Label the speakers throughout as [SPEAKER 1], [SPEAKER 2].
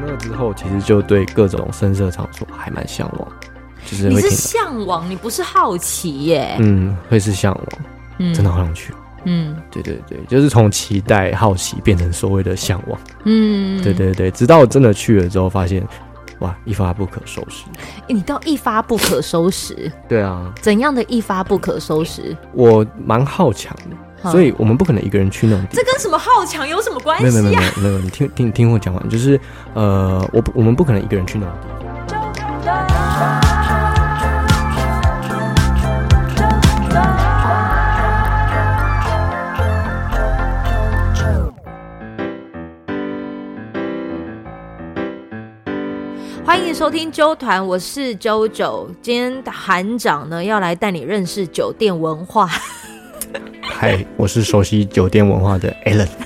[SPEAKER 1] 那之后，其实就对各种深色场所还蛮向往，就是
[SPEAKER 2] 你
[SPEAKER 1] 会
[SPEAKER 2] 是
[SPEAKER 1] 挺
[SPEAKER 2] 向往，你不是好奇耶。
[SPEAKER 1] 嗯，会是向往，
[SPEAKER 2] 嗯，
[SPEAKER 1] 真的好想去。
[SPEAKER 2] 嗯
[SPEAKER 1] 对对对，就是从期待、好奇变成所谓的向往。
[SPEAKER 2] 嗯，
[SPEAKER 1] 对对对，直到我真的去了之后，发现哇，一发不可收拾。
[SPEAKER 2] 诶你到一发不可收拾，
[SPEAKER 1] 对啊，
[SPEAKER 2] 怎样的一发不可收拾？
[SPEAKER 1] 我蛮好强的，
[SPEAKER 2] 好
[SPEAKER 1] 所以我们不可能一个人去那种地
[SPEAKER 2] 这
[SPEAKER 1] 方。
[SPEAKER 2] 跟什么好强有什么关
[SPEAKER 1] 没有没有没
[SPEAKER 2] 系
[SPEAKER 1] 有
[SPEAKER 2] 啊？
[SPEAKER 1] 没有没有，你听听听我讲完，就是呃，我不我们不可能一个人去那种地方。
[SPEAKER 2] 欢迎收听周团，我是周九。今天韩长呢要来带你认识酒店文化。
[SPEAKER 1] 嗨，我是熟悉酒店文化的 Alan。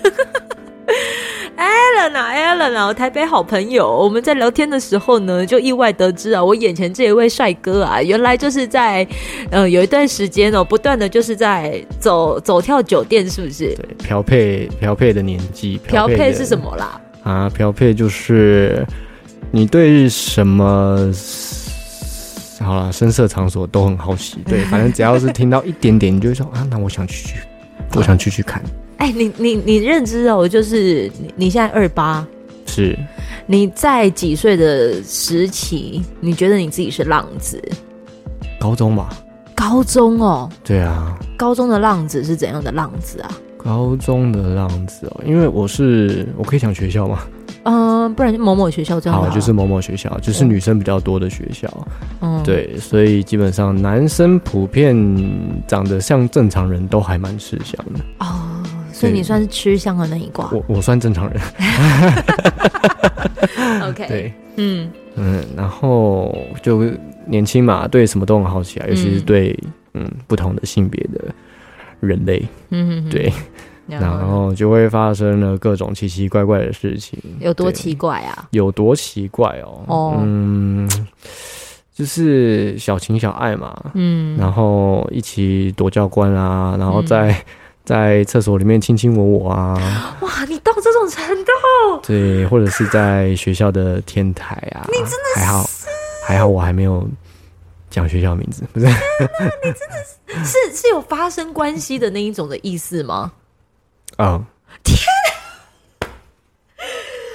[SPEAKER 2] Alan 啊，Alan 啊，我台北好朋友，我们在聊天的时候呢，就意外得知啊，我眼前这一位帅哥啊，原来就是在呃有一段时间哦，不断的就是在走走跳酒店，是不是？
[SPEAKER 1] 对，朴配朴配的年纪，
[SPEAKER 2] 漂
[SPEAKER 1] 的
[SPEAKER 2] 配是什么啦？
[SPEAKER 1] 啊？朴配就是你对什么好了，深色场所都很好奇。对，反正只要是听到一点点，你就会说啊，那我想去去， 我想去去看。
[SPEAKER 2] 哎、你你你认知哦，就是你你现在二八，
[SPEAKER 1] 是
[SPEAKER 2] 你在几岁的时期，你觉得你自己是浪子？
[SPEAKER 1] 高中吧？
[SPEAKER 2] 高中哦，
[SPEAKER 1] 对啊，
[SPEAKER 2] 高中的浪子是怎样的浪子啊？
[SPEAKER 1] 高中的浪子哦，因为我是我可以讲学校吗？
[SPEAKER 2] 嗯、不然就某某学校这样
[SPEAKER 1] 好，
[SPEAKER 2] 的
[SPEAKER 1] 哦就是某某学校，就是女生比较多的学校。
[SPEAKER 2] 嗯，
[SPEAKER 1] 对，所以基本上男生普遍长得像正常人都还蛮吃香的。
[SPEAKER 2] 哦，所以你
[SPEAKER 1] 对
[SPEAKER 2] 算是吃香的那一挂。
[SPEAKER 1] 我我算正常人，
[SPEAKER 2] OK，
[SPEAKER 1] 对，
[SPEAKER 2] 嗯，
[SPEAKER 1] 嗯，然后就年轻嘛，对什么都很好奇啊，尤其是对嗯不同的性别的人类，
[SPEAKER 2] 嗯，嗯，
[SPEAKER 1] 对，
[SPEAKER 2] 嗯
[SPEAKER 1] 然后就会发生了各种奇奇怪怪的事情，
[SPEAKER 2] 有多
[SPEAKER 1] 对
[SPEAKER 2] 奇怪啊？
[SPEAKER 1] 有多奇怪哦，
[SPEAKER 2] 哦
[SPEAKER 1] 嗯，就是小情小爱嘛，
[SPEAKER 2] 嗯，
[SPEAKER 1] 然后一起躲教官啊，然后在、 在厕所里面亲亲我我 啊，
[SPEAKER 2] 哇，你到这种程度，
[SPEAKER 1] 对，或者是在学校的天台啊，你真的还好，还好我还没有讲学校名字，不是，
[SPEAKER 2] 是是有发生关系的那一种的意思吗？
[SPEAKER 1] 嗯，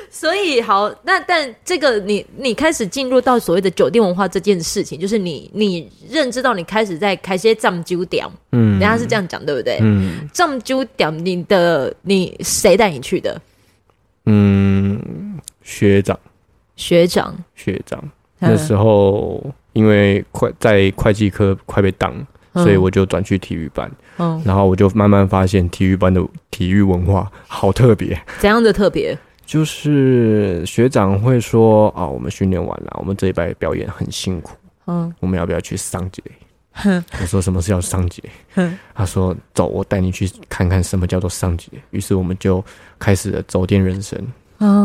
[SPEAKER 2] 所以好，那但这个你你开始进入到所谓的酒店文化这件事情，就是你你认知到你开始在开些占酒点，
[SPEAKER 1] 嗯
[SPEAKER 2] 人家是这样讲对不对？
[SPEAKER 1] 嗯
[SPEAKER 2] 占酒点，你的你谁带你去的？
[SPEAKER 1] 嗯，学长
[SPEAKER 2] 学长，
[SPEAKER 1] 学长，
[SPEAKER 2] 嗯
[SPEAKER 1] 那时候因为会在会计科快被当，所以我就转去体育班，
[SPEAKER 2] 嗯，
[SPEAKER 1] 然后我就慢慢发现体育班的体育文化好特别。
[SPEAKER 2] 怎样的特别？
[SPEAKER 1] 就是学长会说啊，我们训练完了，我们这一拜表演很辛苦，
[SPEAKER 2] 嗯，
[SPEAKER 1] 我们要不要去上节？我说什么是叫上节
[SPEAKER 2] 哼？
[SPEAKER 1] 他说走，我带你去看看什么叫做上节。于是我们就开始了走店人生。
[SPEAKER 2] 啊，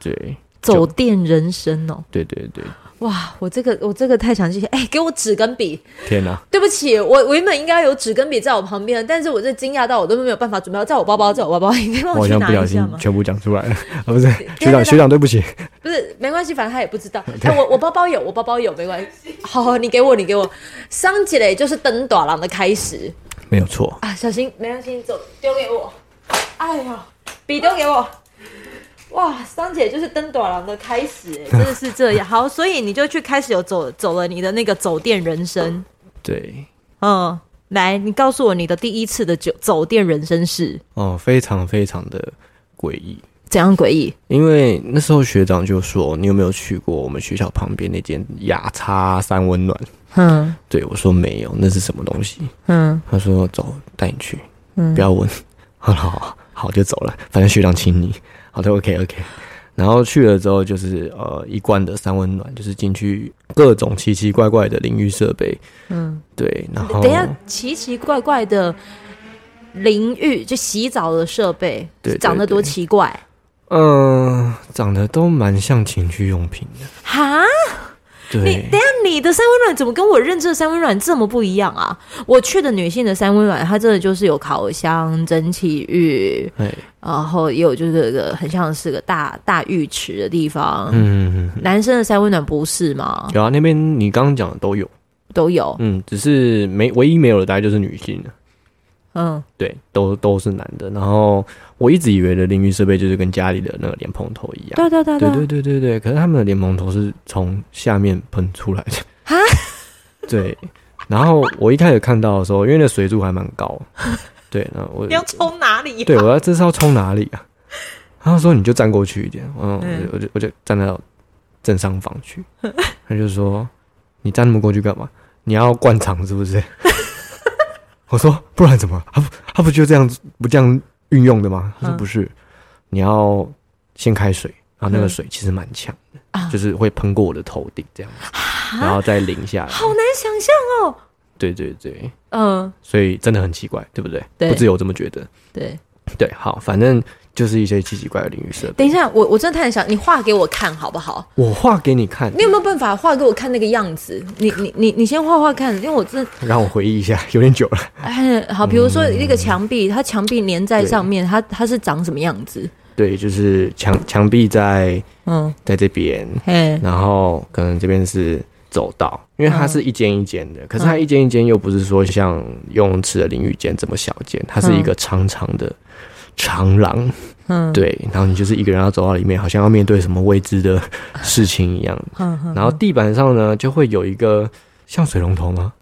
[SPEAKER 1] 对
[SPEAKER 2] 走店人生哦。
[SPEAKER 1] 对对对，
[SPEAKER 2] 哇，我这个我这个太详细了，哎、给我纸跟笔。
[SPEAKER 1] 天哪、
[SPEAKER 2] 对不起，我我原本应该有纸跟笔在我旁边，但是我这惊讶到我都没有办法准备，在我包包，在我包包，你可以帮
[SPEAKER 1] 我好
[SPEAKER 2] 去
[SPEAKER 1] 像不
[SPEAKER 2] 拿
[SPEAKER 1] 小
[SPEAKER 2] 一
[SPEAKER 1] 心
[SPEAKER 2] 下吗？
[SPEAKER 1] 全部讲出来了， 啊、不是学
[SPEAKER 2] 对对
[SPEAKER 1] 长学长，对不起，
[SPEAKER 2] 不是，没关系，反正他也不知道。哎、我我包包有，我包包有，没关系。好好，你给我，你给我。桑吉嘞，就是登短廊的开始
[SPEAKER 1] 没有错。
[SPEAKER 2] 啊！小心，没关系，你走，丢给我。哎呦，笔丢给我。哇，桑姐就是登短廊的开始，哎真的是这样。好，所以你就去开始有走走了你的那个走店人生。
[SPEAKER 1] 对，
[SPEAKER 2] 嗯，来，你告诉我你的第一次的酒走店人生是
[SPEAKER 1] 哦，非常非常的诡异。
[SPEAKER 2] 怎样诡异？
[SPEAKER 1] 因为那时候学长就说：“你有没有去过我们学校旁边那间雅叉三温暖
[SPEAKER 2] 嗯？”
[SPEAKER 1] 对我说：“没有，那是什么东西
[SPEAKER 2] 嗯？”
[SPEAKER 1] 他说：“走，带你去，
[SPEAKER 2] 嗯
[SPEAKER 1] 不要问。 好好好好，就走了，反正学长请你。好的，OK OK。然后去了之后，就是呃一贯的三温暖，就是进去各种奇奇怪怪的淋浴设备，
[SPEAKER 2] 嗯，
[SPEAKER 1] 对，然后
[SPEAKER 2] 等一下，奇奇怪怪的淋浴就洗澡的设备，
[SPEAKER 1] 对对
[SPEAKER 2] 长得多奇怪
[SPEAKER 1] 呃嗯、长得都蛮像情趣用品的，
[SPEAKER 2] 哈？你
[SPEAKER 1] 对哎
[SPEAKER 2] 等一下你的三温暖怎么跟我认知的三温暖这么不一样啊？我去的女性的三温暖，它真的就是有烤箱、蒸汽浴，
[SPEAKER 1] 哎，
[SPEAKER 2] 然后也有就是一个很像是个大大浴池的地方。
[SPEAKER 1] 嗯，
[SPEAKER 2] 男生的三温暖不是吗？
[SPEAKER 1] 有啊，那边你刚刚讲的都有，
[SPEAKER 2] 都有，
[SPEAKER 1] 嗯，只是没唯一没有的大概就是女性了，
[SPEAKER 2] 嗯，
[SPEAKER 1] 对，都都是男的。然后我一直以为的淋浴设备就是跟家里的那个莲蓬头一样，
[SPEAKER 2] 对对对啊
[SPEAKER 1] 对对
[SPEAKER 2] 对
[SPEAKER 1] 对对对，可是他们的莲蓬头是从下面喷出来的
[SPEAKER 2] 啊，
[SPEAKER 1] 对。然后我一开始看到的时候，因为那水柱还蛮高，对，然后我
[SPEAKER 2] 你要冲哪里、
[SPEAKER 1] 对，我要这是要冲哪里 啊？他说你就站过去一点，嗯，
[SPEAKER 2] 嗯
[SPEAKER 1] 我就我就我就站到正上方 去。他就说你站那么过去干嘛？你要灌肠是不 是？我说不然怎么？他不他不就这样子不这样运用的吗？他说
[SPEAKER 2] 嗯
[SPEAKER 1] 不是，你要先开水，然后那个
[SPEAKER 2] 嗯
[SPEAKER 1] 水其实蛮强的，
[SPEAKER 2] 啊
[SPEAKER 1] 就是会喷过我的头顶这样子，然后再淋下来。
[SPEAKER 2] 好难想象。
[SPEAKER 1] 对对对，
[SPEAKER 2] 嗯、
[SPEAKER 1] 所以真的很奇怪，对不对？
[SPEAKER 2] 对
[SPEAKER 1] 不只有这么觉得。
[SPEAKER 2] 对。
[SPEAKER 1] 对，好，反正就是一些奇奇怪怪的淋浴设备。
[SPEAKER 2] 等一下，我我真的太想你画给我看好不好？
[SPEAKER 1] 我画给你看，
[SPEAKER 2] 你有没有办法画给我看那个样子？你你你你先画画看，因为我真的
[SPEAKER 1] 让我回忆一下，有点久了。
[SPEAKER 2] 哎好，比如说那个墙壁，它墙壁粘在上
[SPEAKER 1] 嗯
[SPEAKER 2] 面，它它是长什么样子？
[SPEAKER 1] 对，就是墙墙壁在
[SPEAKER 2] 嗯，
[SPEAKER 1] 在这边，
[SPEAKER 2] 嘿，
[SPEAKER 1] 然后可能这边是走道，因为它是一间一间的，可是它一间一间又不是说像游泳池的淋浴间这么小间，它是一个长长的长廊。
[SPEAKER 2] 嗯，
[SPEAKER 1] 对，然后你就是一个人要走到里面，好像要面对什么未知的事情一样。
[SPEAKER 2] 嗯嗯
[SPEAKER 1] 然后地板上呢，就会有一个像水龙头吗？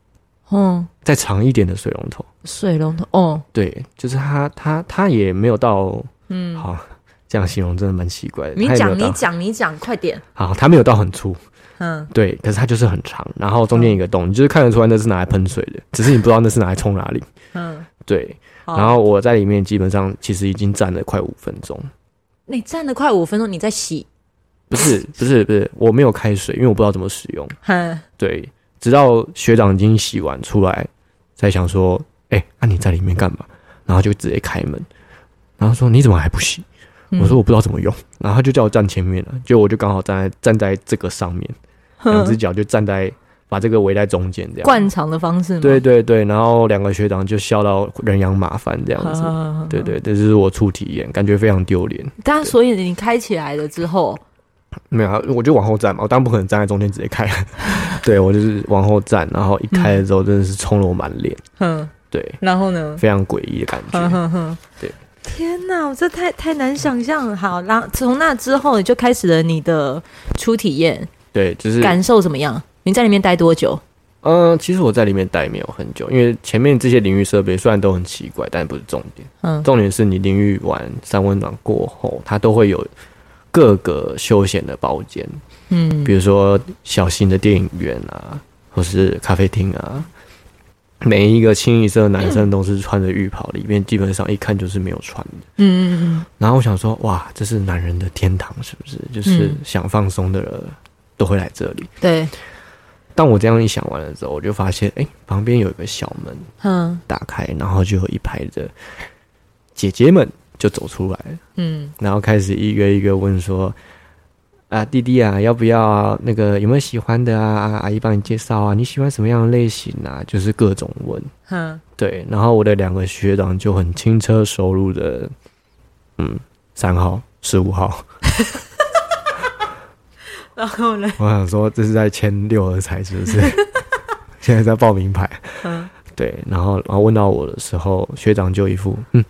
[SPEAKER 2] 嗯，
[SPEAKER 1] 再长一点的水龙头。
[SPEAKER 2] 水龙头，哦，
[SPEAKER 1] 对，就是它，它，它也没有到
[SPEAKER 2] 嗯，
[SPEAKER 1] 好，这样形容真的蛮奇怪的。
[SPEAKER 2] 你
[SPEAKER 1] 它也没有
[SPEAKER 2] 讲你
[SPEAKER 1] 到
[SPEAKER 2] 讲你讲，快点，
[SPEAKER 1] 好，它没有到很粗，
[SPEAKER 2] 嗯，
[SPEAKER 1] 对，可是它就是很长，然后中间有一个洞，你就是看得出来那是拿来喷水的，只是你不知道那是拿来冲哪里。
[SPEAKER 2] 嗯，
[SPEAKER 1] 对，
[SPEAKER 2] 好
[SPEAKER 1] 然后我在里面基本上其实已经站了快五分钟，
[SPEAKER 2] 你站了快五分钟，你在洗，
[SPEAKER 1] 不是不是不是，我没有开水，因为我不知道怎么使用。
[SPEAKER 2] 哼，
[SPEAKER 1] 对，直到学长已经洗完出来，才想说，哎、那、你在里面干嘛？然后就直接开门，然后说你怎么还不洗？
[SPEAKER 2] 嗯
[SPEAKER 1] 我说我不知道怎么用，然后他就叫我站前面了，结果我就刚好站在站在这个上 面，两只脚就站在把这个围在中间 这样。
[SPEAKER 2] 灌肠的方式吗？
[SPEAKER 1] 对对对，然后两个学长就笑到人仰马翻这样
[SPEAKER 2] 好，
[SPEAKER 1] 子。
[SPEAKER 2] 好好好
[SPEAKER 1] 对对，这就是我初体验，感觉非常丢脸。
[SPEAKER 2] 嗯但所以你开起来了之后，
[SPEAKER 1] 没有啊，我就往后站嘛，我当然不可能站在中间直接开。 对我就是往后站，然后一开的时候真的是冲了我满 脸，
[SPEAKER 2] 嗯，
[SPEAKER 1] 对，
[SPEAKER 2] 然后呢？
[SPEAKER 1] 非常诡异的感
[SPEAKER 2] 哼
[SPEAKER 1] 觉。
[SPEAKER 2] 哼哼，
[SPEAKER 1] 对。
[SPEAKER 2] 嗯天哪，我这太太难想象了。好，然后从那之后你就开始了你的初体验，
[SPEAKER 1] 对，就是
[SPEAKER 2] 感受怎么样？你在里面待多久？
[SPEAKER 1] 嗯、其实我在里面待没有很久，因为前面这些淋浴设备虽然都很奇怪，但不是重点。
[SPEAKER 2] 嗯
[SPEAKER 1] 重点是你淋浴完三温暖过后，它都会有各个休闲的包间，
[SPEAKER 2] 嗯
[SPEAKER 1] 比如说小型的电影院啊，或是咖啡厅啊。每一个清一色的男生都是穿着浴袍，里面基本上一看就是没有穿的。
[SPEAKER 2] 嗯嗯
[SPEAKER 1] 然后我想说，哇，这是男人的天堂，是不是？就是
[SPEAKER 2] 嗯
[SPEAKER 1] 想放松的人都会来这里。
[SPEAKER 2] 嗯，对，
[SPEAKER 1] 当我这样一想完了之后，我就发现，哎、旁边有一个小门
[SPEAKER 2] 嗯
[SPEAKER 1] 打开，然后就有一排的姐姐们就走出来了。
[SPEAKER 2] 嗯
[SPEAKER 1] 然后开始一个一个问说：“啊，弟弟啊，要不要啊那个有没有喜欢的啊？啊阿姨帮你介绍啊，你喜欢什么样的类型啊？”就是各种问。
[SPEAKER 2] 嗯
[SPEAKER 1] 对，然后我的两个学长就很轻车熟路的，嗯，三号、十五号，
[SPEAKER 2] 然后呢？
[SPEAKER 1] 我想说这是在签六合彩是不 是？现在在报名牌。
[SPEAKER 2] 嗯
[SPEAKER 1] 对，然后然后问到我的时候，学长就一副嗯，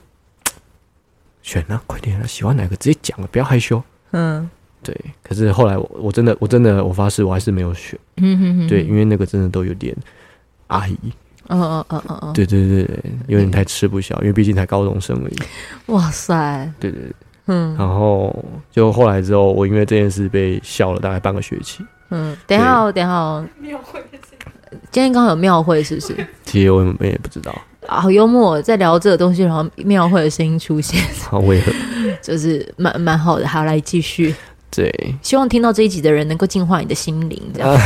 [SPEAKER 1] 选啊，快点啊，喜欢哪个直接讲啊，不要害羞。
[SPEAKER 2] 嗯
[SPEAKER 1] 对，可是后来我我真的我真的我发誓我还是没有选，
[SPEAKER 2] 嗯嗯，
[SPEAKER 1] 对，因为那个真的都有点阿姨，
[SPEAKER 2] 嗯嗯嗯嗯嗯，
[SPEAKER 1] 对对对对，有点太吃不消，因为毕竟才高中生而已，
[SPEAKER 2] 嗯哇塞，
[SPEAKER 1] 对对对。
[SPEAKER 2] 嗯
[SPEAKER 1] 然后就后来之后，我因为这件事被笑了大概半个学期，
[SPEAKER 2] 嗯，等一下哦，等一下哦，今天刚好有庙会，是不是？
[SPEAKER 1] 其实我们也不知道，
[SPEAKER 2] 啊好幽默，在聊这个东西，然后庙会的声音出现，
[SPEAKER 1] 他为 何
[SPEAKER 2] 就是蛮蛮好的。好，来继续。
[SPEAKER 1] 对，
[SPEAKER 2] 希望听到这一集的人能够净化你的心灵，这样。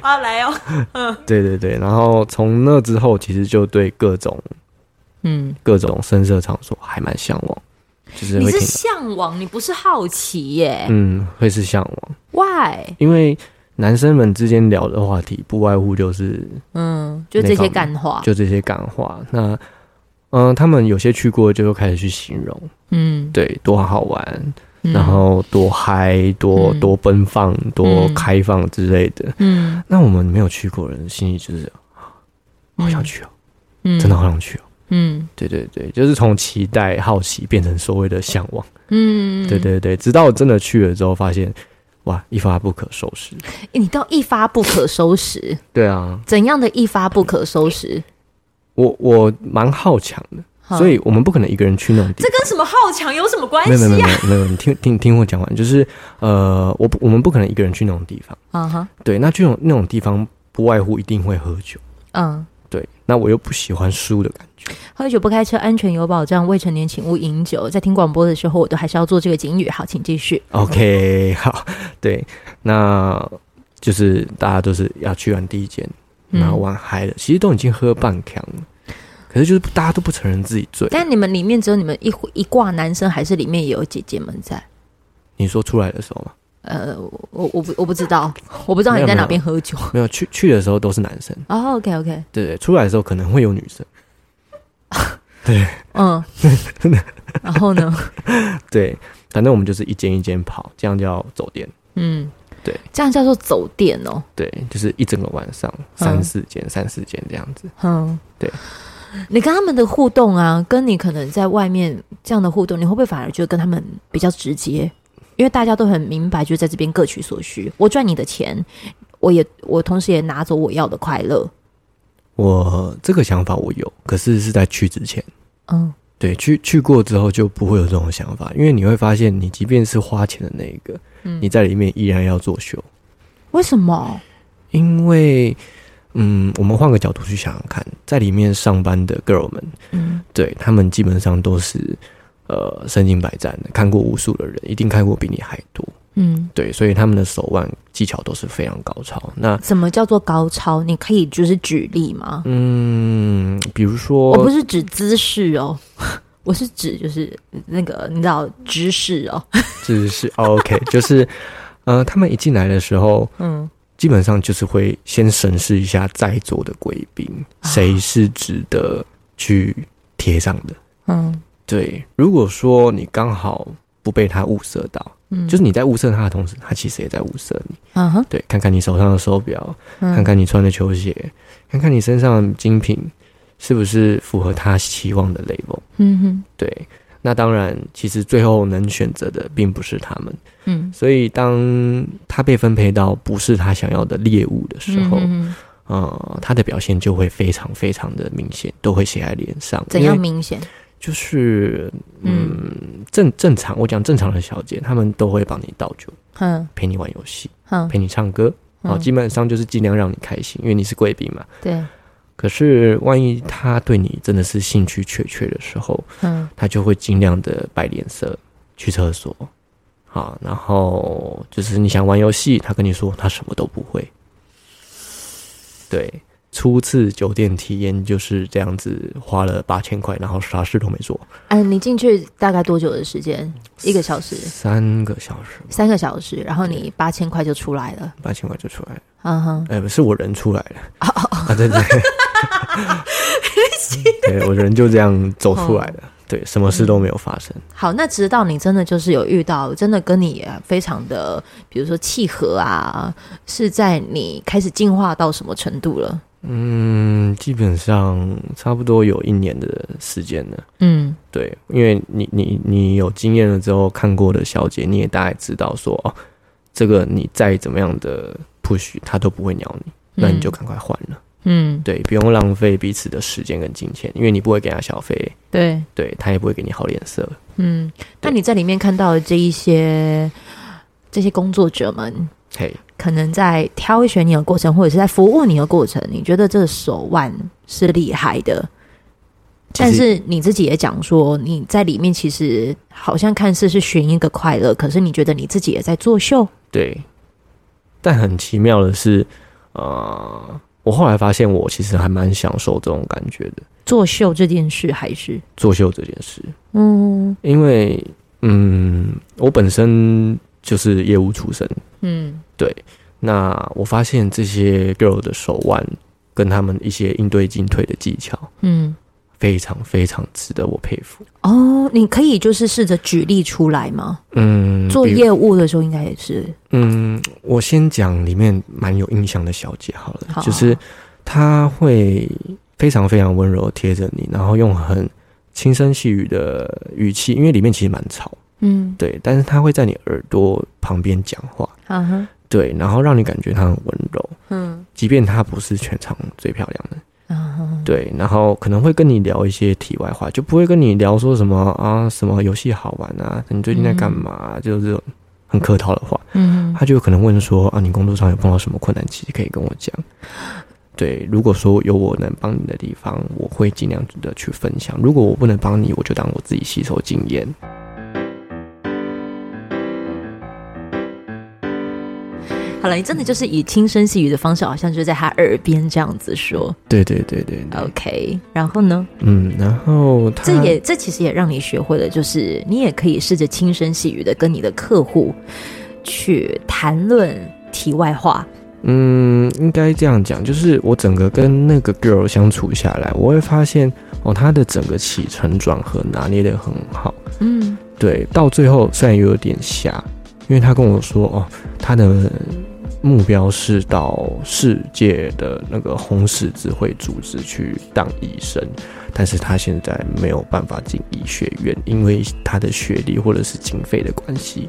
[SPEAKER 2] 啊，来哦，
[SPEAKER 1] 对对对。然后从那之后，其实就对各种
[SPEAKER 2] 嗯，
[SPEAKER 1] 各种声色场所还蛮向往，就是
[SPEAKER 2] 你
[SPEAKER 1] 会
[SPEAKER 2] 是
[SPEAKER 1] 听到，
[SPEAKER 2] 向往，你不是好奇耶。
[SPEAKER 1] 嗯，会是向往，
[SPEAKER 2] ？Why？
[SPEAKER 1] 因为男生们之间聊的话题不外乎就是
[SPEAKER 2] 嗯，就这些干话，
[SPEAKER 1] 就这些感话。那嗯、呃他们有些去过就会开始去形容，
[SPEAKER 2] 嗯，
[SPEAKER 1] 对，多好玩，
[SPEAKER 2] 嗯
[SPEAKER 1] 然后多嗨，多、
[SPEAKER 2] 嗯
[SPEAKER 1] 多奔放，多
[SPEAKER 2] 嗯
[SPEAKER 1] 开放之类的。
[SPEAKER 2] 嗯，
[SPEAKER 1] 那我们没有去过的人，心里就是好想去哦、
[SPEAKER 2] 嗯，
[SPEAKER 1] 真的好想去哦、
[SPEAKER 2] 嗯，
[SPEAKER 1] 对对对，就是从期待、好奇变成所谓的向往。
[SPEAKER 2] 嗯嗯，
[SPEAKER 1] 对对对，直到我真的去了之后，发现哇，一发不可收拾。
[SPEAKER 2] 诶你到一发不可收拾，
[SPEAKER 1] 对啊，
[SPEAKER 2] 怎样的一发不可收拾？
[SPEAKER 1] 我我蛮好强的，
[SPEAKER 2] 哈
[SPEAKER 1] 所以我们不可能一个人去那种地
[SPEAKER 2] 这
[SPEAKER 1] 方。
[SPEAKER 2] 跟什么好强有什么关
[SPEAKER 1] 没有没有没
[SPEAKER 2] 系
[SPEAKER 1] 有
[SPEAKER 2] 啊？
[SPEAKER 1] 没有，你听听听我讲完，就是呃，我不我们不可能一个人去那种地方。
[SPEAKER 2] 啊哈，
[SPEAKER 1] 对，那这种那种地方不外乎一定会喝酒。
[SPEAKER 2] 嗯，
[SPEAKER 1] 对，那我又不喜欢输的感觉。
[SPEAKER 2] 喝酒不开车，安全有保障，未成年请勿饮酒。在听广播的时候，我都还是要做这个警语。好，请继续。
[SPEAKER 1] OK，好，对，那就是大家都是要去玩第一间，
[SPEAKER 2] 嗯
[SPEAKER 1] 然后玩嗨了，其实都已经喝半强了，可是就是大家都不承认自己醉。
[SPEAKER 2] 但你们里面只有你们一一挂男生，还是里面也有姐姐们在？
[SPEAKER 1] 你说出来的时候嘛，
[SPEAKER 2] 呃，我我不我不知道，我不知道你在哪边喝酒。
[SPEAKER 1] 没有去去的时候都是男生，
[SPEAKER 2] 哦，OK OK，
[SPEAKER 1] 对对，出来的时候可能会有女生，
[SPEAKER 2] 嗯，然后呢？
[SPEAKER 1] 对，反正我们就是一间一间跑，这样叫走店。
[SPEAKER 2] 嗯，
[SPEAKER 1] 对，
[SPEAKER 2] 这样叫做走店哦。
[SPEAKER 1] 对，就是一整个晚上三四间、三四间这样子。
[SPEAKER 2] 嗯，
[SPEAKER 1] 对。
[SPEAKER 2] 你跟他们的互动啊，跟你可能在外面这样的互动，你会不会反而觉得跟他们比较直接？因为大家都很明白，就是在这边各取所需。我赚你的钱，我也我同时也拿走我要的快乐。
[SPEAKER 1] 我这个想法我有，可是是在去之前。
[SPEAKER 2] 嗯
[SPEAKER 1] 对，去去过之后就不会有这种想法，因为你会发现，你即便是花钱的那一个，
[SPEAKER 2] 嗯
[SPEAKER 1] 你在里面依然要作秀，
[SPEAKER 2] 为什么？
[SPEAKER 1] 因为，嗯，我们换个角度去想想看，在里面上班的 girl 们，
[SPEAKER 2] 嗯
[SPEAKER 1] 对他们基本上都是呃身经百战的，看过无数的人，一定看过比你还多，
[SPEAKER 2] 嗯，
[SPEAKER 1] 对，所以他们的手腕技巧都是非常高超。那
[SPEAKER 2] 什么叫做高超？你可以就是举例吗？
[SPEAKER 1] 嗯，比如说，
[SPEAKER 2] 我不是指姿势哦， 我是指就是那个你知道知识哦。
[SPEAKER 1] 只是哦 OK，就是 呃，他们一进来的时候，
[SPEAKER 2] 嗯
[SPEAKER 1] 基本上就是会先审视一下在座的贵宾，
[SPEAKER 2] 啊
[SPEAKER 1] 谁是值得去贴上的。
[SPEAKER 2] 嗯
[SPEAKER 1] 对，如果说你刚好不被他物色到，
[SPEAKER 2] 嗯，
[SPEAKER 1] 就是你在物色他的同时，他其实也在物色你。
[SPEAKER 2] 嗯哼，
[SPEAKER 1] 对，看看你手上的手表，
[SPEAKER 2] 嗯
[SPEAKER 1] 看看你穿的球鞋，看看你身上的精品是不是符合他期望的 label。
[SPEAKER 2] 嗯哼
[SPEAKER 1] 对，那当然，其实最后能选择的并不是他们，
[SPEAKER 2] 嗯
[SPEAKER 1] 所以当他被分配到不是他想要的猎物的时候，
[SPEAKER 2] 嗯哼哼
[SPEAKER 1] 呃，他的表现就会非常非常的明显，都会写在脸上。
[SPEAKER 2] 怎
[SPEAKER 1] 因
[SPEAKER 2] 样
[SPEAKER 1] 为
[SPEAKER 2] 明显？
[SPEAKER 1] 就是嗯，正正常，我讲正常的小姐，她们都会帮你倒酒，
[SPEAKER 2] 嗯
[SPEAKER 1] 陪你玩游戏，
[SPEAKER 2] 哼，
[SPEAKER 1] 陪你唱歌，啊、
[SPEAKER 2] 嗯
[SPEAKER 1] 基本上就是尽量让你开心，因为你是贵宾嘛。
[SPEAKER 2] 对，
[SPEAKER 1] 可是万一她对你真的是兴趣缺缺的时候，
[SPEAKER 2] 嗯
[SPEAKER 1] 她就会尽量的摆脸色，去厕所。好，然后就是你想玩游戏，她跟你说她什么都不会。对，初次酒店体验就是这样子，花了八千块，然后啥事都没做，
[SPEAKER 2] 嗯，你进去大概多久的时间？一个小时，
[SPEAKER 1] 三个小时，
[SPEAKER 2] 三个小时，然后你八千块就出来了。
[SPEAKER 1] 八千块就出来了。
[SPEAKER 2] 嗯哼，
[SPEAKER 1] 哎、不是我人出来了，啊，对对对，对我人就这样走出来了，对，什么事都没有发生。
[SPEAKER 2] 好，那直到你真的就是有遇到，真的跟你呃非常的，比如说契合啊，是在你开始进化到什么程度了？
[SPEAKER 1] 嗯，基本上差不多有一年的时间了。
[SPEAKER 2] 嗯
[SPEAKER 1] 对，因为你你你有经验了之后，看过的小姐，你也大概知道说，哦，这个你再怎么样的 push，她都不会鸟你，那你就赶快换了。
[SPEAKER 2] 嗯，
[SPEAKER 1] 对，不用浪费彼此的时间跟金钱，因为你不会给她小费，
[SPEAKER 2] 对，
[SPEAKER 1] 对她也不会给你好脸色。
[SPEAKER 2] 嗯，那你在里面看到的这一些这些工作者们，
[SPEAKER 1] 嘿，
[SPEAKER 2] 可能在挑选你的过程，或者是在服务你的过程，你觉得这手腕是厉害的。
[SPEAKER 1] 其
[SPEAKER 2] 但
[SPEAKER 1] 实
[SPEAKER 2] 是你自己也讲说，你在里面其实好像看似是寻一个快乐，可是你觉得你自己也在作秀。
[SPEAKER 1] 对，但很奇妙的是，呃，我后来发现我其实还蛮享受这种感觉的，
[SPEAKER 2] 作秀这件事还是
[SPEAKER 1] 作秀这件事，
[SPEAKER 2] 嗯
[SPEAKER 1] 因为嗯，我本身就是业务出身。
[SPEAKER 2] 嗯
[SPEAKER 1] 那我发现这些 girl 的手腕跟他们一些应对进退的技巧，
[SPEAKER 2] 嗯，
[SPEAKER 1] 非常非常值得我佩服。
[SPEAKER 2] 哦，你可以就是试着举例出来吗？
[SPEAKER 1] 嗯，
[SPEAKER 2] 做
[SPEAKER 1] 比如
[SPEAKER 2] 业务的时候应该也是，
[SPEAKER 1] 嗯，我先讲里面蛮有印象的小姐好了，
[SPEAKER 2] 好
[SPEAKER 1] 就是她会非常非常温柔地贴着你，然后用很轻声细语的语气，因为里面其实蛮吵，
[SPEAKER 2] 嗯，
[SPEAKER 1] 对，但是她会在你耳朵旁边讲话，
[SPEAKER 2] 啊哈，
[SPEAKER 1] 对，然后让你感觉她很温柔，
[SPEAKER 2] 嗯，
[SPEAKER 1] 即便她不是全场最漂亮的，
[SPEAKER 2] 啊哈，
[SPEAKER 1] 对，然后可能会跟你聊一些题外话，就不会跟你聊说什么啊什么游戏好玩啊，你最近在干嘛啊、就是这种很客套的话。
[SPEAKER 2] 嗯，
[SPEAKER 1] 他就有可能问说啊，你工作上有碰到什么困难，其实可以跟我讲。对，如果说有我能帮你的地方，我会尽量的去分享。如果我不能帮你，我就当我自己吸收经验。
[SPEAKER 2] 好了，你真的就是以轻声细语的方式，好像就在他耳边这样子说
[SPEAKER 1] 对对对对对，
[SPEAKER 2] ，OK。然后呢，
[SPEAKER 1] 嗯，然后他
[SPEAKER 2] 这也这其实也让你学会了，就是你也可以试着轻声细语的跟你的客户去谈论题外话，
[SPEAKER 1] 嗯，应该这样讲，就是我整个跟那个 girl 相处下来，我会发现哦，她的整个起承转合拿捏的很好。
[SPEAKER 2] 嗯
[SPEAKER 1] 对，到最后虽然有点瞎，因为他跟我说哦，他的目标是到世界的那个红十字会组织去当医生，但是他现在没有办法进医学院，因为他的学历或者是经费的关系。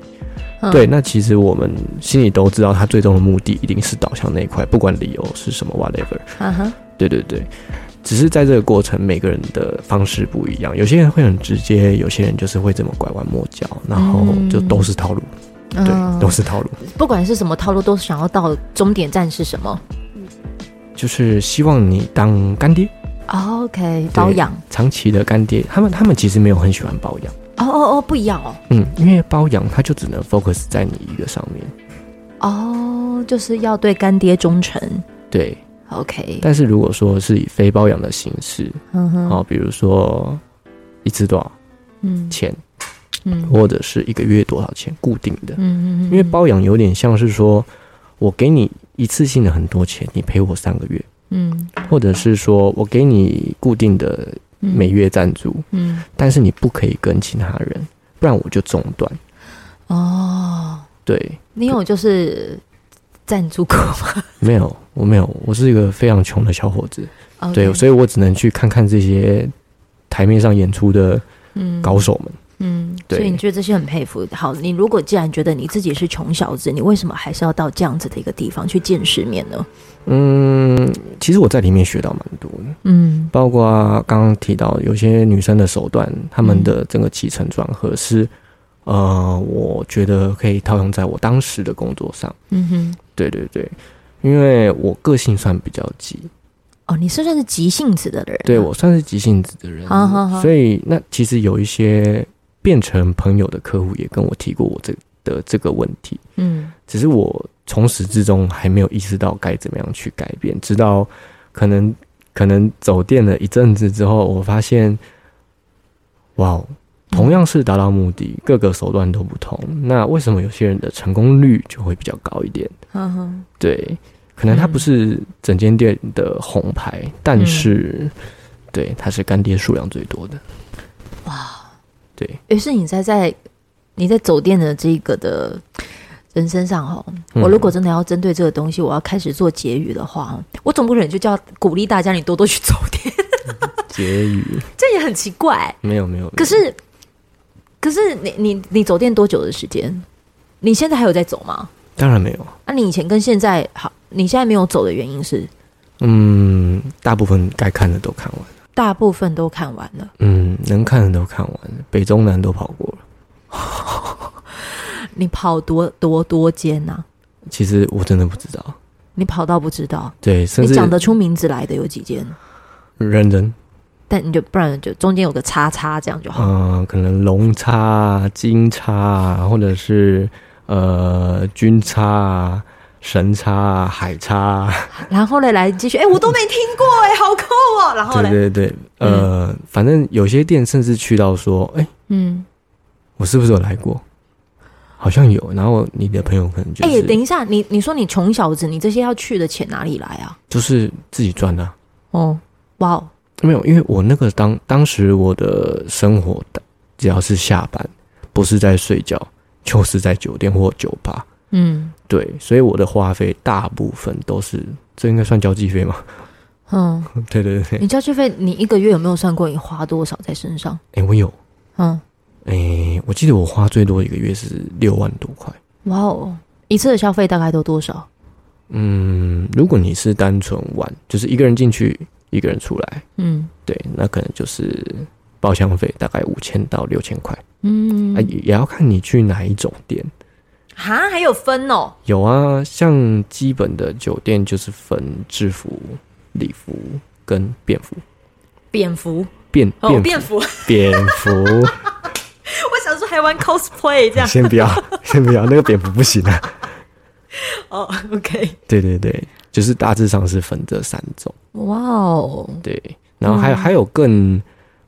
[SPEAKER 2] 嗯
[SPEAKER 1] 对，那其实我们心里都知道，他最终的目的一定是导向那一块，不管理由是什么，whatever。
[SPEAKER 2] 啊哈，
[SPEAKER 1] 对对对，只是在这个过程，每个人的方式不一样，有些人会很直接，有些人就是会这么拐弯抹角，然后就都是套路，对，都
[SPEAKER 2] 嗯，
[SPEAKER 1] 是套路，
[SPEAKER 2] 不管是什么套路，都想要到终点站是什么
[SPEAKER 1] 就是希望你当干爹，
[SPEAKER 2] 哦？OK，保养，
[SPEAKER 1] 长期的干爹。他们他们其实没有很喜欢包养，
[SPEAKER 2] 哦哦哦，不一样哦，
[SPEAKER 1] 嗯，因为包养他就只能 focus 在你一个上面，
[SPEAKER 2] 哦，就是要对干爹忠诚
[SPEAKER 1] 对。
[SPEAKER 2] 嗯，OK，
[SPEAKER 1] 但是如果说是以非包养的形式，
[SPEAKER 2] 嗯哼，
[SPEAKER 1] 哦，比如说一次多少
[SPEAKER 2] 嗯
[SPEAKER 1] 钱，
[SPEAKER 2] 嗯
[SPEAKER 1] 或者是一个月多少钱固定的，
[SPEAKER 2] 嗯嗯，
[SPEAKER 1] 因为包养有点像是说，我给你一次性的很多钱，你陪我三个月，
[SPEAKER 2] 嗯
[SPEAKER 1] 或者是说我给你固定的
[SPEAKER 2] 嗯
[SPEAKER 1] 每月赞助，
[SPEAKER 2] 嗯
[SPEAKER 1] 但是你不可以跟其他人，不然我就中断。
[SPEAKER 2] 哦，
[SPEAKER 1] 对，
[SPEAKER 2] 你有就是赞助过吗？
[SPEAKER 1] 没有，我没有，我是一个非常穷的小伙子，
[SPEAKER 2] OK，
[SPEAKER 1] 对，所以我只能去看看这些台面上演出的
[SPEAKER 2] 嗯
[SPEAKER 1] 高手们。
[SPEAKER 2] 嗯，
[SPEAKER 1] 对
[SPEAKER 2] 所以你觉得这些很佩服。好，你如果既然觉得你自己是穷小子，你为什么还是要到这样子的一个地方去见世面呢？
[SPEAKER 1] 嗯，其实我在里面学到蛮多的，
[SPEAKER 2] 嗯
[SPEAKER 1] 包括刚刚提到有些女生的手段，她
[SPEAKER 2] 嗯
[SPEAKER 1] 们的整个起承转合是，呃，我觉得可以套用在我当时的工作上。
[SPEAKER 2] 嗯哼，
[SPEAKER 1] 对对对，因为我个性算比较急，
[SPEAKER 2] 哦，你是算是急性子的人啊、
[SPEAKER 1] 对我算是急性子的人，
[SPEAKER 2] 好好好
[SPEAKER 1] 所以那其实有一些变成朋友的客户也跟我提过我这的这个问题，
[SPEAKER 2] 嗯
[SPEAKER 1] 只是我从始至终还没有意识到该怎么样去改变，直到可能可能走店了一阵子之后，我发现，哇哦，同样是达到目的，
[SPEAKER 2] 嗯
[SPEAKER 1] 各个手段都不同，那为什么有些人的成功率就会比较高一点？
[SPEAKER 2] 嗯哼，
[SPEAKER 1] 对，可能他不是整间店的红牌，但是、
[SPEAKER 2] 嗯
[SPEAKER 1] 对他是干爹数量最多的。
[SPEAKER 2] 哇，
[SPEAKER 1] 对，
[SPEAKER 2] 于是你在在你在走店的这个的人身上哦，
[SPEAKER 1] 嗯
[SPEAKER 2] 我如果真的要针对这个东西，我要开始做结语的话哦，我总不可能就叫鼓励大家你多多去走店，
[SPEAKER 1] 嗯结语
[SPEAKER 2] 这也很奇怪。
[SPEAKER 1] 没有没有，没有
[SPEAKER 2] 可是，可是你你你走店多久的时间？你现在还有在走吗？
[SPEAKER 1] 当然没有，
[SPEAKER 2] 那、你以前跟现在好，你现在没有走的原因是
[SPEAKER 1] 嗯，大部分该看的都看完。
[SPEAKER 2] 大部分都看完了，
[SPEAKER 1] 嗯，能看的都看完了，北中南都跑过了。
[SPEAKER 2] 你跑多多多间呐、
[SPEAKER 1] 其实我真的不知道，
[SPEAKER 2] 你跑到不知道，
[SPEAKER 1] 对，甚
[SPEAKER 2] 你
[SPEAKER 1] 至
[SPEAKER 2] 讲得出名字来的有几间，
[SPEAKER 1] 认真，
[SPEAKER 2] 但你就不然就中间有个叉叉这样就好。
[SPEAKER 1] 嗯、可能龙叉啊、金叉啊，或者是呃军叉啊、神叉啊、海叉啊，
[SPEAKER 2] 然后嘞，来继续，哎、我都没听过、哎，好酷哦。嗯然后
[SPEAKER 1] 对对
[SPEAKER 2] 嘞，
[SPEAKER 1] 对，呃，反正有些店甚至去到说，哎、
[SPEAKER 2] 嗯，
[SPEAKER 1] 我是不是有来过？好像有，然后你的朋友可能就
[SPEAKER 2] 哎、
[SPEAKER 1] 是、
[SPEAKER 2] 等一下，你你说你穷小子，你这些要去的钱哪里来啊？
[SPEAKER 1] 就是自己赚的啊、
[SPEAKER 2] 哦，哇哦，
[SPEAKER 1] 没有，因为我那个当当时我的生活，只要是下班，不是在睡觉，就是在酒店或酒吧。
[SPEAKER 2] 嗯
[SPEAKER 1] 对，所以我的花费大部分都是，这应该算交际费吗？
[SPEAKER 2] 嗯，
[SPEAKER 1] 对对对，哎、
[SPEAKER 2] 你交学费，你一个月有没有算过你花多少在身上？
[SPEAKER 1] 我有，
[SPEAKER 2] 嗯，
[SPEAKER 1] 哎、我记得我花最多一个月是六万多块。
[SPEAKER 2] 哇哦，一次的消费大概都多少？
[SPEAKER 1] 嗯，如果你是单纯玩，就是一个人进去，一个人出来，
[SPEAKER 2] 嗯
[SPEAKER 1] 对，那可能就是包厢费大概五千到六千块，
[SPEAKER 2] 嗯
[SPEAKER 1] 啊，，也也要看你去哪一种店。
[SPEAKER 2] 哈，还有分哦，
[SPEAKER 1] 有啊，像基本的酒店就是分制服、礼服跟便服，
[SPEAKER 2] 蝙蝠
[SPEAKER 1] 便
[SPEAKER 2] 哦，
[SPEAKER 1] 便
[SPEAKER 2] 蝙蝠，
[SPEAKER 1] 蝙蝠，
[SPEAKER 2] 我想说还玩 cosplay 这样
[SPEAKER 1] 先不要， 先不要，那个蝙蝠不行啊。
[SPEAKER 2] 哦，OK，
[SPEAKER 1] 对对对，就是大致上是分这三种。
[SPEAKER 2] 哇哦，
[SPEAKER 1] 对，然后还有、
[SPEAKER 2] 嗯
[SPEAKER 1] 还有更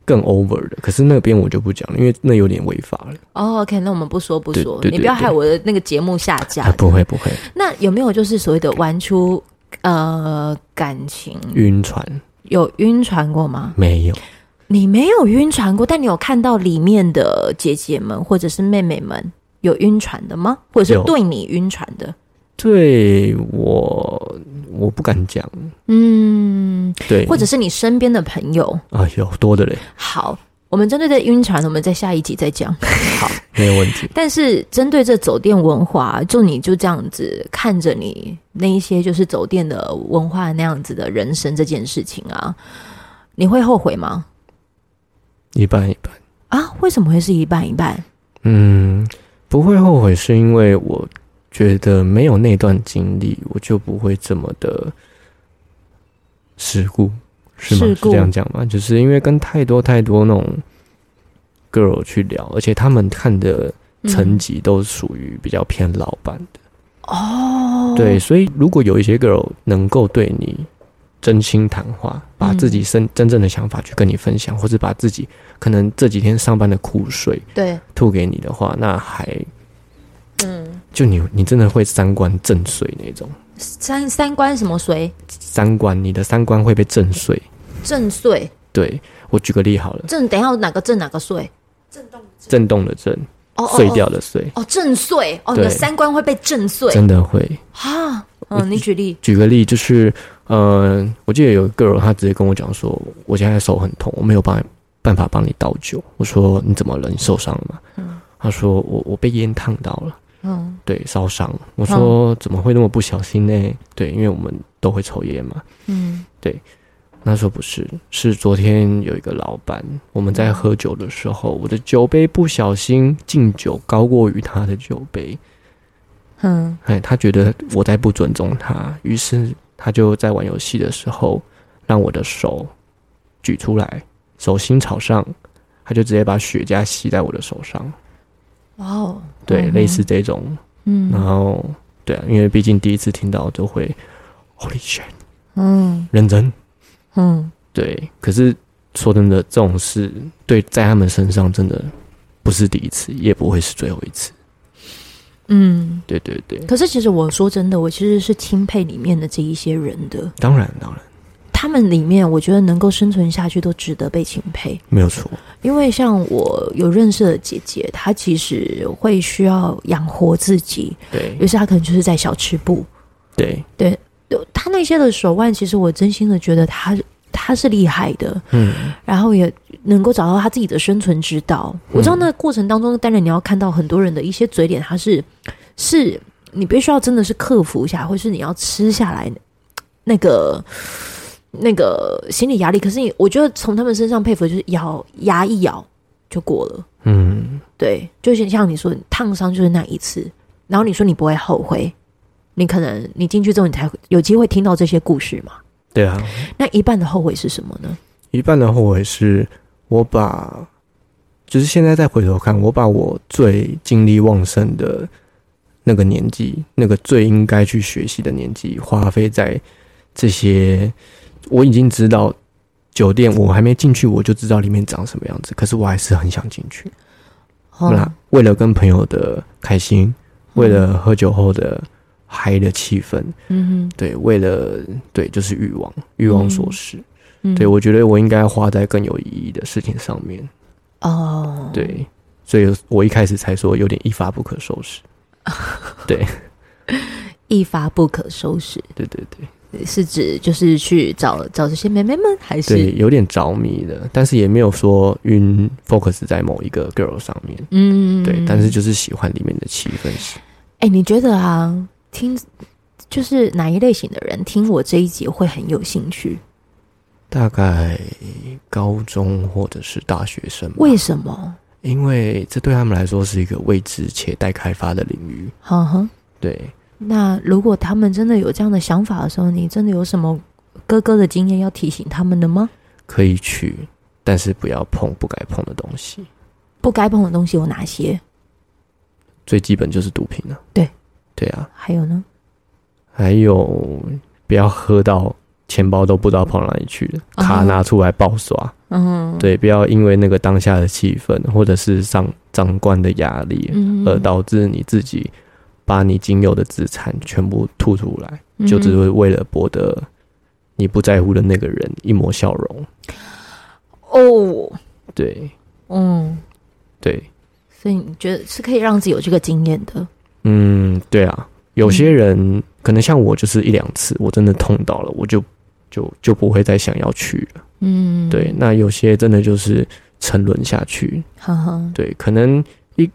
[SPEAKER 1] 更 over 的，可是那边我就不讲了，因为那有点违法了。
[SPEAKER 2] 哦，OK，那我们不说不
[SPEAKER 1] 对
[SPEAKER 2] 说，
[SPEAKER 1] 对
[SPEAKER 2] 你
[SPEAKER 1] 对
[SPEAKER 2] 不要
[SPEAKER 1] 对
[SPEAKER 2] 害我的那个节目下架
[SPEAKER 1] 啊，。不会不会，
[SPEAKER 2] 那有没有就是所谓的玩出呃感情？
[SPEAKER 1] 晕船
[SPEAKER 2] 有晕船过吗？
[SPEAKER 1] 没有。
[SPEAKER 2] 你没有晕船过，但你有看到里面的姐姐们或者是妹妹们有晕船的吗？或者是
[SPEAKER 1] 有
[SPEAKER 2] 对你晕船的？
[SPEAKER 1] 对我，我不敢讲。
[SPEAKER 2] 嗯，
[SPEAKER 1] 对，
[SPEAKER 2] 或者是你身边的朋友。
[SPEAKER 1] 啊，有多的嘞，
[SPEAKER 2] 好，我们针对这晕船，我们在下一集再讲。
[SPEAKER 1] 没有问题。
[SPEAKER 2] 但是针对这走店文化，就你就这样子看着你那一些就是走店的文化那样子的人生这件事情啊，你会后悔吗？
[SPEAKER 1] 一半一半。
[SPEAKER 2] 啊，为什么会是一半一半？
[SPEAKER 1] 嗯，不会后悔，是因为我觉得没有那段经历，我就不会这么的世故，是吗？是
[SPEAKER 2] 世故
[SPEAKER 1] 这样讲吗？就是因为跟太多太多那种 girl 去聊，而且他们看的层级都属于比较偏老板的，
[SPEAKER 2] 哦，
[SPEAKER 1] 对，，所以如果有一些 girl 能够对你真心谈话，把
[SPEAKER 2] 嗯
[SPEAKER 1] 自己真真正的想法去跟你分享，或是把自己可能这几天上班的苦水
[SPEAKER 2] 对，
[SPEAKER 1] 吐给你的话，那还
[SPEAKER 2] 嗯，
[SPEAKER 1] 就你你真的会三观震碎那种，
[SPEAKER 2] 三三观什么谁
[SPEAKER 1] 三观你的三观会被震碎。
[SPEAKER 2] 正岁
[SPEAKER 1] 对我举个例好了，
[SPEAKER 2] 正，等一下哪个正哪个岁？
[SPEAKER 1] 震动的震，
[SPEAKER 2] 哦
[SPEAKER 1] 碎掉的碎，
[SPEAKER 2] 哦，震碎哦，你
[SPEAKER 1] 对
[SPEAKER 2] 的三观会被震碎
[SPEAKER 1] 真的会。
[SPEAKER 2] 哈。嗯，你举例，
[SPEAKER 1] 举个例就是，呃，我记得有一个人他直接跟我讲说，我现在手很痛，我没有办办法帮你倒酒。我说你怎么了？你受伤了吗？他说我我被烟烫到了。
[SPEAKER 2] 嗯
[SPEAKER 1] 对，烧伤。我
[SPEAKER 2] 哦
[SPEAKER 1] 说、怎么会那么不小心呢？对，因为我们都会抽烟嘛。
[SPEAKER 2] 嗯
[SPEAKER 1] 那时候不是，是昨天有一个老板，我们在喝酒的时候，我的酒杯不小心敬酒高过于他的酒杯，
[SPEAKER 2] 嗯
[SPEAKER 1] 哎，他觉得我在不尊重他，于是他就在玩游戏的时候让我的手举出来，手心朝上，他就直接把雪茄吸在我的手上，
[SPEAKER 2] 哇哦，
[SPEAKER 1] 对，
[SPEAKER 2] 嗯
[SPEAKER 1] 类似这种，
[SPEAKER 2] 嗯
[SPEAKER 1] 然后对啊，因为毕竟第一次听到就会 Holy shit，
[SPEAKER 2] 嗯
[SPEAKER 1] 认真。
[SPEAKER 2] 嗯，
[SPEAKER 1] 对，可是说真的，这种事对在他们身上真的不是第一次，也不会是最后一次。
[SPEAKER 2] 嗯。
[SPEAKER 1] 对对对，
[SPEAKER 2] 可是其实我说真的，我其实是钦佩里面的这一些人的，
[SPEAKER 1] 当然当然
[SPEAKER 2] 他们里面我觉得能够生存下去都值得被钦佩。
[SPEAKER 1] 没有错。
[SPEAKER 2] 因为像我有认识的姐姐，她其实会需要养活自己，
[SPEAKER 1] 对
[SPEAKER 2] 于是她可能就是在小吃部，
[SPEAKER 1] 对，
[SPEAKER 2] 对她那些的手腕，其实我真心的觉得她她是厉害的，
[SPEAKER 1] 嗯，
[SPEAKER 2] 然后也能够找到他自己的生存之道。我知道那个过程当中，当然你要看到很多人的一些嘴脸，他是是你必须要真的是克服一下，或是你要吃下来那个那个心理压力。可是你，我觉得从他们身上佩服的就是咬牙一咬就过了。
[SPEAKER 1] 嗯，
[SPEAKER 2] 对，就是像你说，烫伤就是那一次，然后你说你不会后悔，你可能你进去之后，你才会有机会听到这些故事嘛。
[SPEAKER 1] 对啊，
[SPEAKER 2] 那一半的后悔是什么呢？
[SPEAKER 1] 一半的后悔是我把，就是现在再回头看，我把我最精力旺盛的那个年纪，那个最应该去学习的年纪，花费在这些我已经知道。酒店我还没进去，我就知道里面长什么样子，可是我还是很想进去。
[SPEAKER 2] 嗯
[SPEAKER 1] 为
[SPEAKER 2] 哦
[SPEAKER 1] 了为了跟朋友的开心，为了喝酒后的嗨的气氛，
[SPEAKER 2] 嗯
[SPEAKER 1] 对，为了对就是欲望，欲望所使。
[SPEAKER 2] 哼，
[SPEAKER 1] 对，我觉得我应该花在更有意义的事情上面。
[SPEAKER 2] 哦，，
[SPEAKER 1] 对，所以我一开始才说有点一发不可收拾。
[SPEAKER 2] 一发不可收拾，
[SPEAKER 1] 对对对
[SPEAKER 2] 是指就是去找找这些妹妹们，还是
[SPEAKER 1] 对，有点着迷的，但是也没有说晕 focus 在某一个 girl 上面。
[SPEAKER 2] 嗯，
[SPEAKER 1] 对，但是就是喜欢里面的气氛是。
[SPEAKER 2] 哎、你觉得啊，听就是哪一类型的人听我这一集会很有兴趣？
[SPEAKER 1] 大概高中或者是大学生吧，
[SPEAKER 2] 为什么？
[SPEAKER 1] 因为这对他们来说是一个未知且待开发的领域。
[SPEAKER 2] 哼哼，
[SPEAKER 1] 对，
[SPEAKER 2] 那如果他们真的有这样的想法的时候，你真的有什么哥哥的经验要提醒他们的吗？
[SPEAKER 1] 可以去，但是不要碰不该碰的东西。
[SPEAKER 2] 不该碰的东西有哪些？
[SPEAKER 1] 最基本就是毒品了、
[SPEAKER 2] 对，
[SPEAKER 1] 对啊，
[SPEAKER 2] 还有呢？
[SPEAKER 1] 还有不要喝到钱包都不知道跑哪里去了，
[SPEAKER 2] 啊
[SPEAKER 1] 卡拿出来暴刷。
[SPEAKER 2] 嗯，，
[SPEAKER 1] 对，不要因为那个当下的气氛或者是上长官的压力，
[SPEAKER 2] 嗯
[SPEAKER 1] 而导致你自己把你仅有的资产全部吐出来，就只
[SPEAKER 2] 嗯
[SPEAKER 1] 会为了博得你不在乎的那个人一抹笑容。
[SPEAKER 2] 哦，
[SPEAKER 1] 对
[SPEAKER 2] 嗯，
[SPEAKER 1] 对，
[SPEAKER 2] 所以你觉得是可以让自己有这个经验的？
[SPEAKER 1] 嗯，对啊，有些
[SPEAKER 2] 嗯
[SPEAKER 1] 人可能像我，就是一两次我真的痛到了，我就就就不会再想要去了。
[SPEAKER 2] 嗯，
[SPEAKER 1] 对，，那有些真的就是沉沦下去，
[SPEAKER 2] 哼哼，
[SPEAKER 1] 对，可能一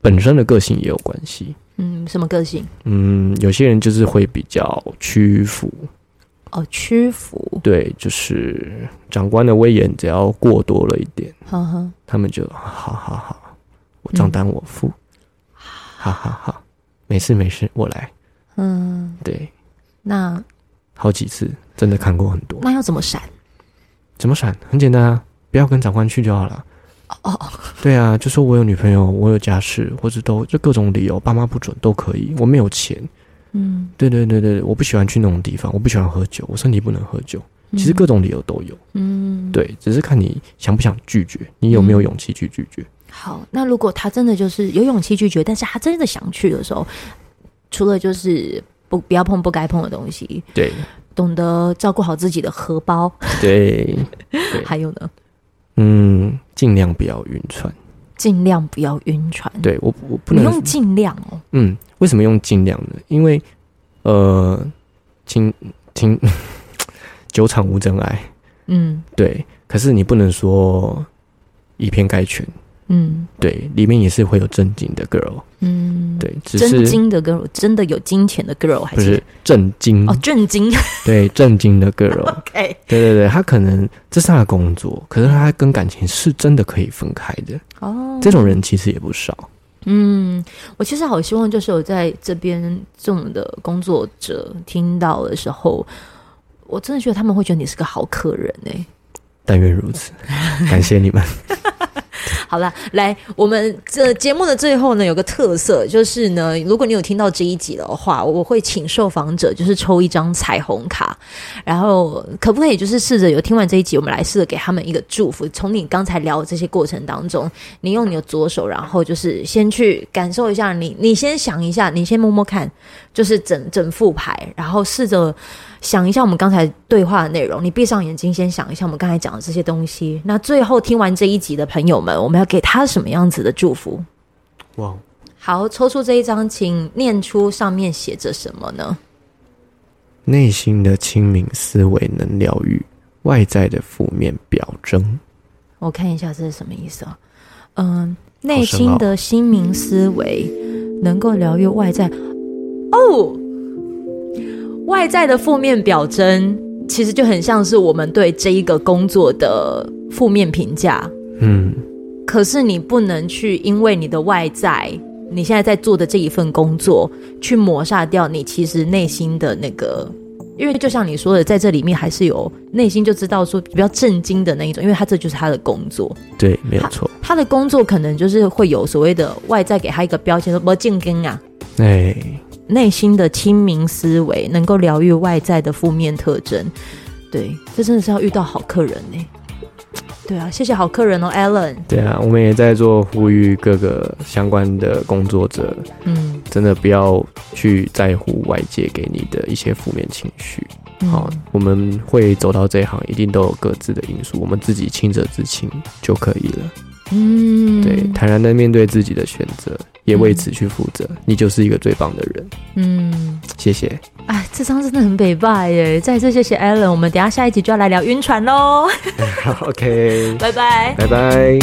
[SPEAKER 1] 本身的个性也有关系。
[SPEAKER 2] 嗯，什么个性？
[SPEAKER 1] 嗯，有些人就是会比较屈服，
[SPEAKER 2] 哦，屈服，
[SPEAKER 1] 对，就是长官的威严只要过多了一点，
[SPEAKER 2] 哼哼，
[SPEAKER 1] 他们就好好好，我账单我付，哈哈哈，没事没事，我来。
[SPEAKER 2] 嗯，
[SPEAKER 1] 对，
[SPEAKER 2] 那
[SPEAKER 1] 好几次真的看过很多，
[SPEAKER 2] 那要怎么闪？
[SPEAKER 1] 怎么闪？很简单啊，不要跟长官去就好了。
[SPEAKER 2] 哦哦，
[SPEAKER 1] 对啊，就说我有女朋友，我有家室，或者都就各种理由，爸妈不准都可以，我没有钱。
[SPEAKER 2] 嗯，
[SPEAKER 1] 对对对对，我不喜欢去那种地方，我不喜欢喝酒，我身体不能喝酒。其实各种理由都有，
[SPEAKER 2] 嗯，嗯，
[SPEAKER 1] 对，只是看你想不想拒绝，你有没有勇气去拒绝。
[SPEAKER 2] 嗯好，那如果他真的就是有勇气拒绝，但是他真的想去的时候，除了就是不不要碰不该碰的东西，
[SPEAKER 1] 对
[SPEAKER 2] 懂得照顾好自己的荷包，
[SPEAKER 1] 对，对
[SPEAKER 2] 还有呢，
[SPEAKER 1] 嗯，尽量不要晕船。
[SPEAKER 2] 尽量不要晕船。，
[SPEAKER 1] 对我我不
[SPEAKER 2] 嗯你
[SPEAKER 1] 能
[SPEAKER 2] 用尽量哦，
[SPEAKER 1] 嗯，为什么用尽量呢？因为呃，情情 酒场无真爱，
[SPEAKER 2] 嗯
[SPEAKER 1] 对。可是你不能说以偏概全，
[SPEAKER 2] 嗯
[SPEAKER 1] 对，里面也是会有正经的 girl，
[SPEAKER 2] 嗯，，
[SPEAKER 1] 对，只
[SPEAKER 2] 真
[SPEAKER 1] 是
[SPEAKER 2] 金的 girl，真的有金钱的 girl 还
[SPEAKER 1] 不是正经，
[SPEAKER 2] 哦正经
[SPEAKER 1] 对，正经的 girl，
[SPEAKER 2] ？OK，
[SPEAKER 1] 对对对，他可能这是他的工作，可是他跟感情是真的可以分开的，
[SPEAKER 2] 哦，
[SPEAKER 1] 这种人其实也不少，
[SPEAKER 2] 嗯，我其实好希望，就是我在这边这种的工作者听到的时候，我真的觉得他们会觉得你是个好客人哎、
[SPEAKER 1] 但愿如 此，感谢你们。
[SPEAKER 2] 好啦，来，我们这节目的最后呢，有个特色就是呢，如果你有听到这一集的话，我会请受访者就是抽一张彩虹卡，然后可不可以就是试着有听完这一集，我们来试着给他们一个祝福。从你刚才聊的这些过程当中，你用你的左手，然后就是先去感受一下你，你先想一下，你先摸摸看，就是整整副牌，然后试着。想一下我们刚才对话的内容，你闭上眼睛，先想一下我们刚才讲的这些东西。那最后听完这一集的朋友们，我们要给他什么样子的祝福？
[SPEAKER 1] 哇，
[SPEAKER 2] 好，抽出这一张，请念出上面写着什么呢？
[SPEAKER 1] 内心的清明思维能疗愈外在的负面表征。
[SPEAKER 2] 我看一下这是什么意思啊？嗯，内
[SPEAKER 1] 深
[SPEAKER 2] 心
[SPEAKER 1] 奥
[SPEAKER 2] 的心明思维能够疗愈外在哦，外在的负面表征其实就很像是我们对这一个工作的负面评价。
[SPEAKER 1] 嗯，
[SPEAKER 2] 可是你不能去因为你的外在，你现在在做的这一份工作，去抹杀掉你其实内心的那个。因为就像你说的，在这里面还是有内心就知道说比较震惊的那一种，因为他这就是他的工作，
[SPEAKER 1] 对，没有错。
[SPEAKER 2] 他的工作可能就是会有所谓的外在给他一个标签，说不进根啊，
[SPEAKER 1] 哎，
[SPEAKER 2] 内心的清明思维能够疗愈外在的负面特征。对，这真的是要遇到好客人呢、欸对啊，谢谢好客人哦，Alan。
[SPEAKER 1] 对啊，我们也在做呼吁，各个相关的工作者
[SPEAKER 2] 嗯，
[SPEAKER 1] 真的不要去在乎外界给你的一些负面情绪。
[SPEAKER 2] 嗯
[SPEAKER 1] 好，我们会走到这一行，一定都有各自的因素，我们自己清者自清就可以了。
[SPEAKER 2] 嗯，
[SPEAKER 1] 对，坦然的面对自己的选择，也为
[SPEAKER 2] 嗯
[SPEAKER 1] 此去负责。你就是一个最棒的人，
[SPEAKER 2] 嗯，
[SPEAKER 1] 谢 谢。
[SPEAKER 2] 哎，这张真的很北拜耶！再次谢谢 Alan，我们等一下下一集就要来聊晕船喽，
[SPEAKER 1] OK，
[SPEAKER 2] 拜拜。
[SPEAKER 1] 拜拜。